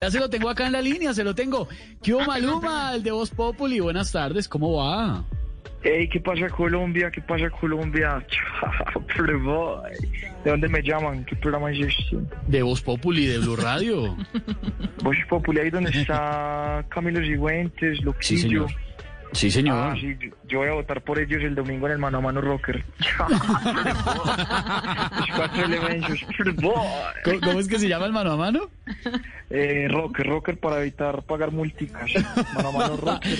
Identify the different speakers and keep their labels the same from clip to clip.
Speaker 1: Ya se lo tengo acá en la línea, se lo tengo. ¿Qué
Speaker 2: Ah,
Speaker 1: hubo, Maluma, el de Voz Populi? Buenas tardes, ¿cómo va?
Speaker 2: Hey, ¿qué pasa Colombia? ¿Qué pasa Colombia? Chao, playboy. ¿De dónde me llaman? ¿Qué programa es este?
Speaker 1: De Voz Populi, de Blue Radio.
Speaker 2: Voz Populi, ahí donde está Camilo Sigüentes,
Speaker 1: Sí,
Speaker 2: Loquillo.
Speaker 1: señor. Sí, señor.
Speaker 2: Ah, sí, yo- yo voy a votar por ellos el domingo en el mano a mano rocker. Chao, playboy. Los cuatro elementos, playboy.
Speaker 1: ¿Cómo, cómo es que se llama el mano a mano?
Speaker 2: Eh, rocker, rocker para evitar pagar multicas. Mano a mano rocker.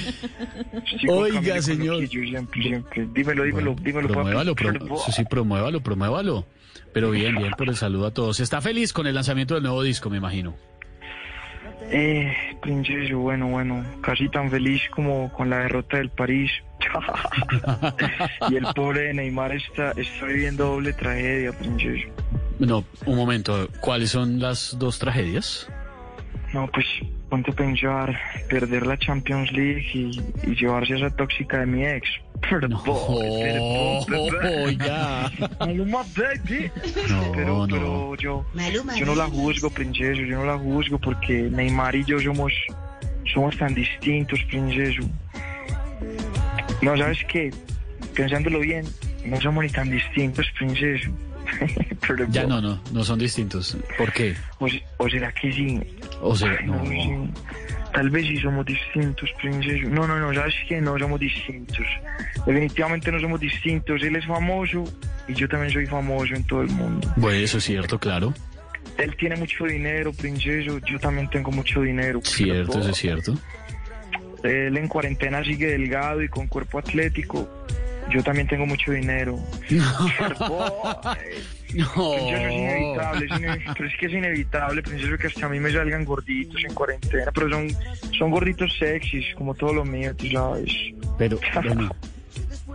Speaker 2: Sigo
Speaker 1: Oiga,
Speaker 2: Camilo con
Speaker 1: señor.
Speaker 2: Loquillo siempre, siempre. Dímelo, dímelo, dímelo, papi.
Speaker 1: Promuévalo, pro-
Speaker 2: Playboy.
Speaker 1: sí, sí, promuévalo, promuévalo. Pero bien, bien, por el saludo a todos. Está feliz con el lanzamiento del nuevo disco, me imagino.
Speaker 2: Eh, pinche, bueno, bueno, casi tan feliz como con la derrota del París. y el pobre de Neymar está, está viviendo doble tragedia, pinche.
Speaker 1: No, un momento, ¿cuáles son las dos tragedias?
Speaker 2: No, pues ponte a pensar, perder la Champions League y, y llevarse a esa tóxica de mi ex. Perdón,
Speaker 1: Oh, oiga.
Speaker 2: Maluma, baby.
Speaker 1: No,
Speaker 2: pero,
Speaker 1: no.
Speaker 2: pero yo,
Speaker 3: Maluma,
Speaker 2: yo no la juzgo, princeso, yo no la juzgo porque Neymar y yo somos, somos tan distintos, princeso. No, ¿sabes qué? Pensándolo bien, no somos ni tan distintos, princeso. Pero,
Speaker 1: Ya no, no, no son distintos. ¿Por qué?
Speaker 2: O, se- o será que sí?
Speaker 1: O sea,
Speaker 2: No,
Speaker 1: no.
Speaker 2: sí. Tal vez sí somos distintos, princeso. No, no, no, ¿sabes qué? No somos distintos. Definitivamente no somos distintos. Él es famoso y yo también soy famoso en todo el mundo.
Speaker 1: Bueno, eso es cierto, claro.
Speaker 2: Él tiene mucho dinero, princeso. Yo también tengo mucho dinero.
Speaker 1: Cierto, eso es cierto.
Speaker 2: Él en cuarentena sigue delgado y con cuerpo atlético. Yo también tengo mucho dinero. Ay, princeso,
Speaker 1: Oh.
Speaker 2: es inevitable. es ine- pero es que es inevitable, princeso, que hasta a mí me salgan gorditos en cuarentena. Pero son, son gorditos sexys, como todo lo mío, tú sabes.
Speaker 1: Pero, bueno,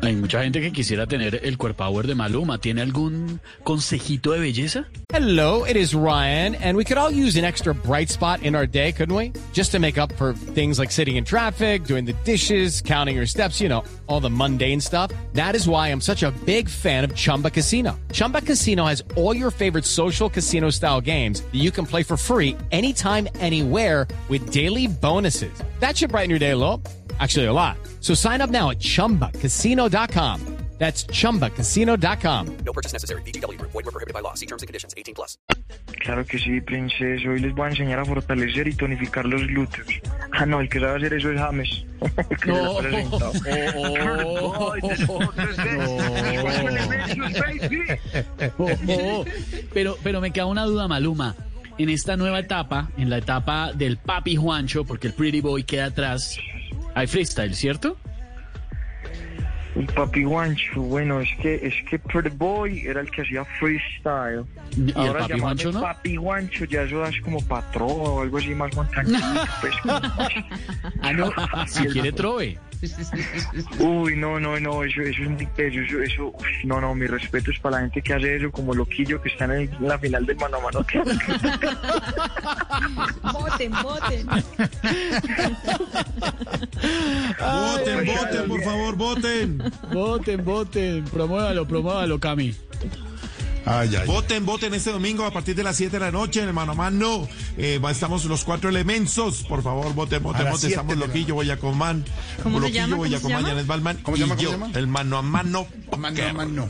Speaker 1: hay mucha gente que quisiera tener el cuerpo power de Maluma. ¿Tiene algún consejito de belleza?
Speaker 4: Hello, it is Ryan, and we could all use an extra bright spot in our day, couldn't we? Just to make up for things like sitting in traffic, doing the dishes, counting your steps, you know, all the mundane stuff. That is why I'm such a big fan of Chumba Casino. Chumba Casino has all your favorite social casino style games that you can play for free anytime, anywhere with daily bonuses. That should brighten your day a little. Actually, a lot. So sign up now at chumbacasino.com. That's chumbacasino.com.
Speaker 5: No purchase necessary. BGW. Void were prohibited by law. See terms and conditions. 18 plus.
Speaker 2: Claro que sí, princeso. Hoy les voy a enseñar a fortalecer y tonificar los glúteos. Ah, no, el que sabe hacer eso es James. Que se la pasa sentado.
Speaker 1: Oh, oh, oh. Pero, pero me queda una duda, Maluma. En esta nueva etapa, en la etapa del papi Juancho, porque el Pretty Boy queda atrás, hay freestyle, ¿cierto?
Speaker 2: El papi Guancho, bueno, es que, es que Pretty Boy era el que hacía freestyle.
Speaker 1: ¿Y el
Speaker 2: Ahora
Speaker 1: papi
Speaker 2: llamarme
Speaker 1: Juancho no?
Speaker 2: Papi Guancho, ya eso es como patrón o algo así más montañito, pues.
Speaker 1: Ah, no, si quiere trove.
Speaker 2: Uy, no, no, no, eso, eso es muy peso, eso, eso, uf, no, no, mis respetos para la gente que hace eso, como Loquillo, que están en la final del mano a mano.
Speaker 3: voten, voten.
Speaker 6: Voten,
Speaker 2: Ay,
Speaker 6: voten, por favor, voten.
Speaker 1: Voten, voten, promuévalo, promuévalo, Cami.
Speaker 6: Ay, ay. Voten, voten este domingo a partir de las 7 de la noche en el mano a mano. Eh, va- estamos los cuatro elementos. Por favor, voten, voten, voten. Estamos Loquillo, Boyacomán.
Speaker 7: ¿Cómo se
Speaker 6: Loquillo,
Speaker 7: llama? ¿Cómo se
Speaker 6: Boyacomán,
Speaker 7: llama?
Speaker 6: Janet Balman.
Speaker 8: ¿Cómo
Speaker 6: y
Speaker 8: se llama? ¿Cómo
Speaker 6: yo,
Speaker 8: se llama?
Speaker 6: el mano a mano.
Speaker 8: Mano a mano.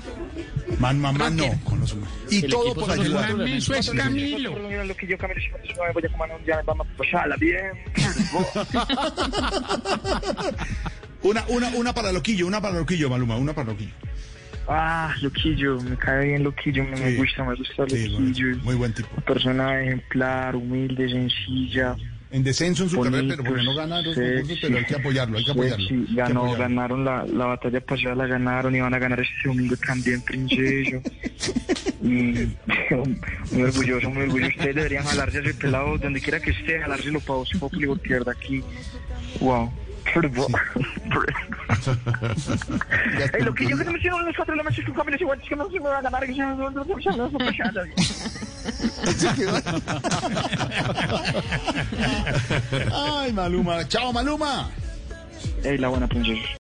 Speaker 8: Mano a mano. Con los humanos. Y
Speaker 1: El
Speaker 8: todo
Speaker 1: equipo
Speaker 8: por
Speaker 1: son los
Speaker 8: ayudar.
Speaker 1: cuatro elementos.
Speaker 2: Camilo. Loquillo, Camilo, si no me voy a comer un día, vamos a pasarla bien.
Speaker 8: Una, una, una para Loquillo, una para Loquillo, Maluma, una para Loquillo.
Speaker 2: Ah, Loquillo, me cae bien Loquillo, me, me
Speaker 8: Sí.
Speaker 2: gusta, me gusta
Speaker 8: Sí,
Speaker 2: Loquillo.
Speaker 8: bueno, muy buen tipo.
Speaker 2: Una persona ejemplar, humilde, sencilla.
Speaker 8: En descenso en su
Speaker 2: Bonitos,
Speaker 8: carrera, pero porque no gana los
Speaker 2: sexy.
Speaker 8: concursos, pero hay que apoyarlo, hay que apoyarlo.
Speaker 2: Sí,
Speaker 8: hay que
Speaker 2: ganó,
Speaker 8: apoyarlo.
Speaker 2: ganaron la, la batalla pasada, la ganaron y van a ganar este domingo también, princeso. y muy orgulloso, muy orgulloso. Ustedes deberían jalarse a ese pelado donde quiera que esté, jalárselo para vos, Populi, porque de verdad aquí. Wow. Ey, lo que yo que no me hicieron los cuatro elementos con familia igual, es que no se me va a ganar, que se me va a ganar.
Speaker 8: Ay, Maluma. Chao, Maluma.
Speaker 2: Ey, la buena princesa.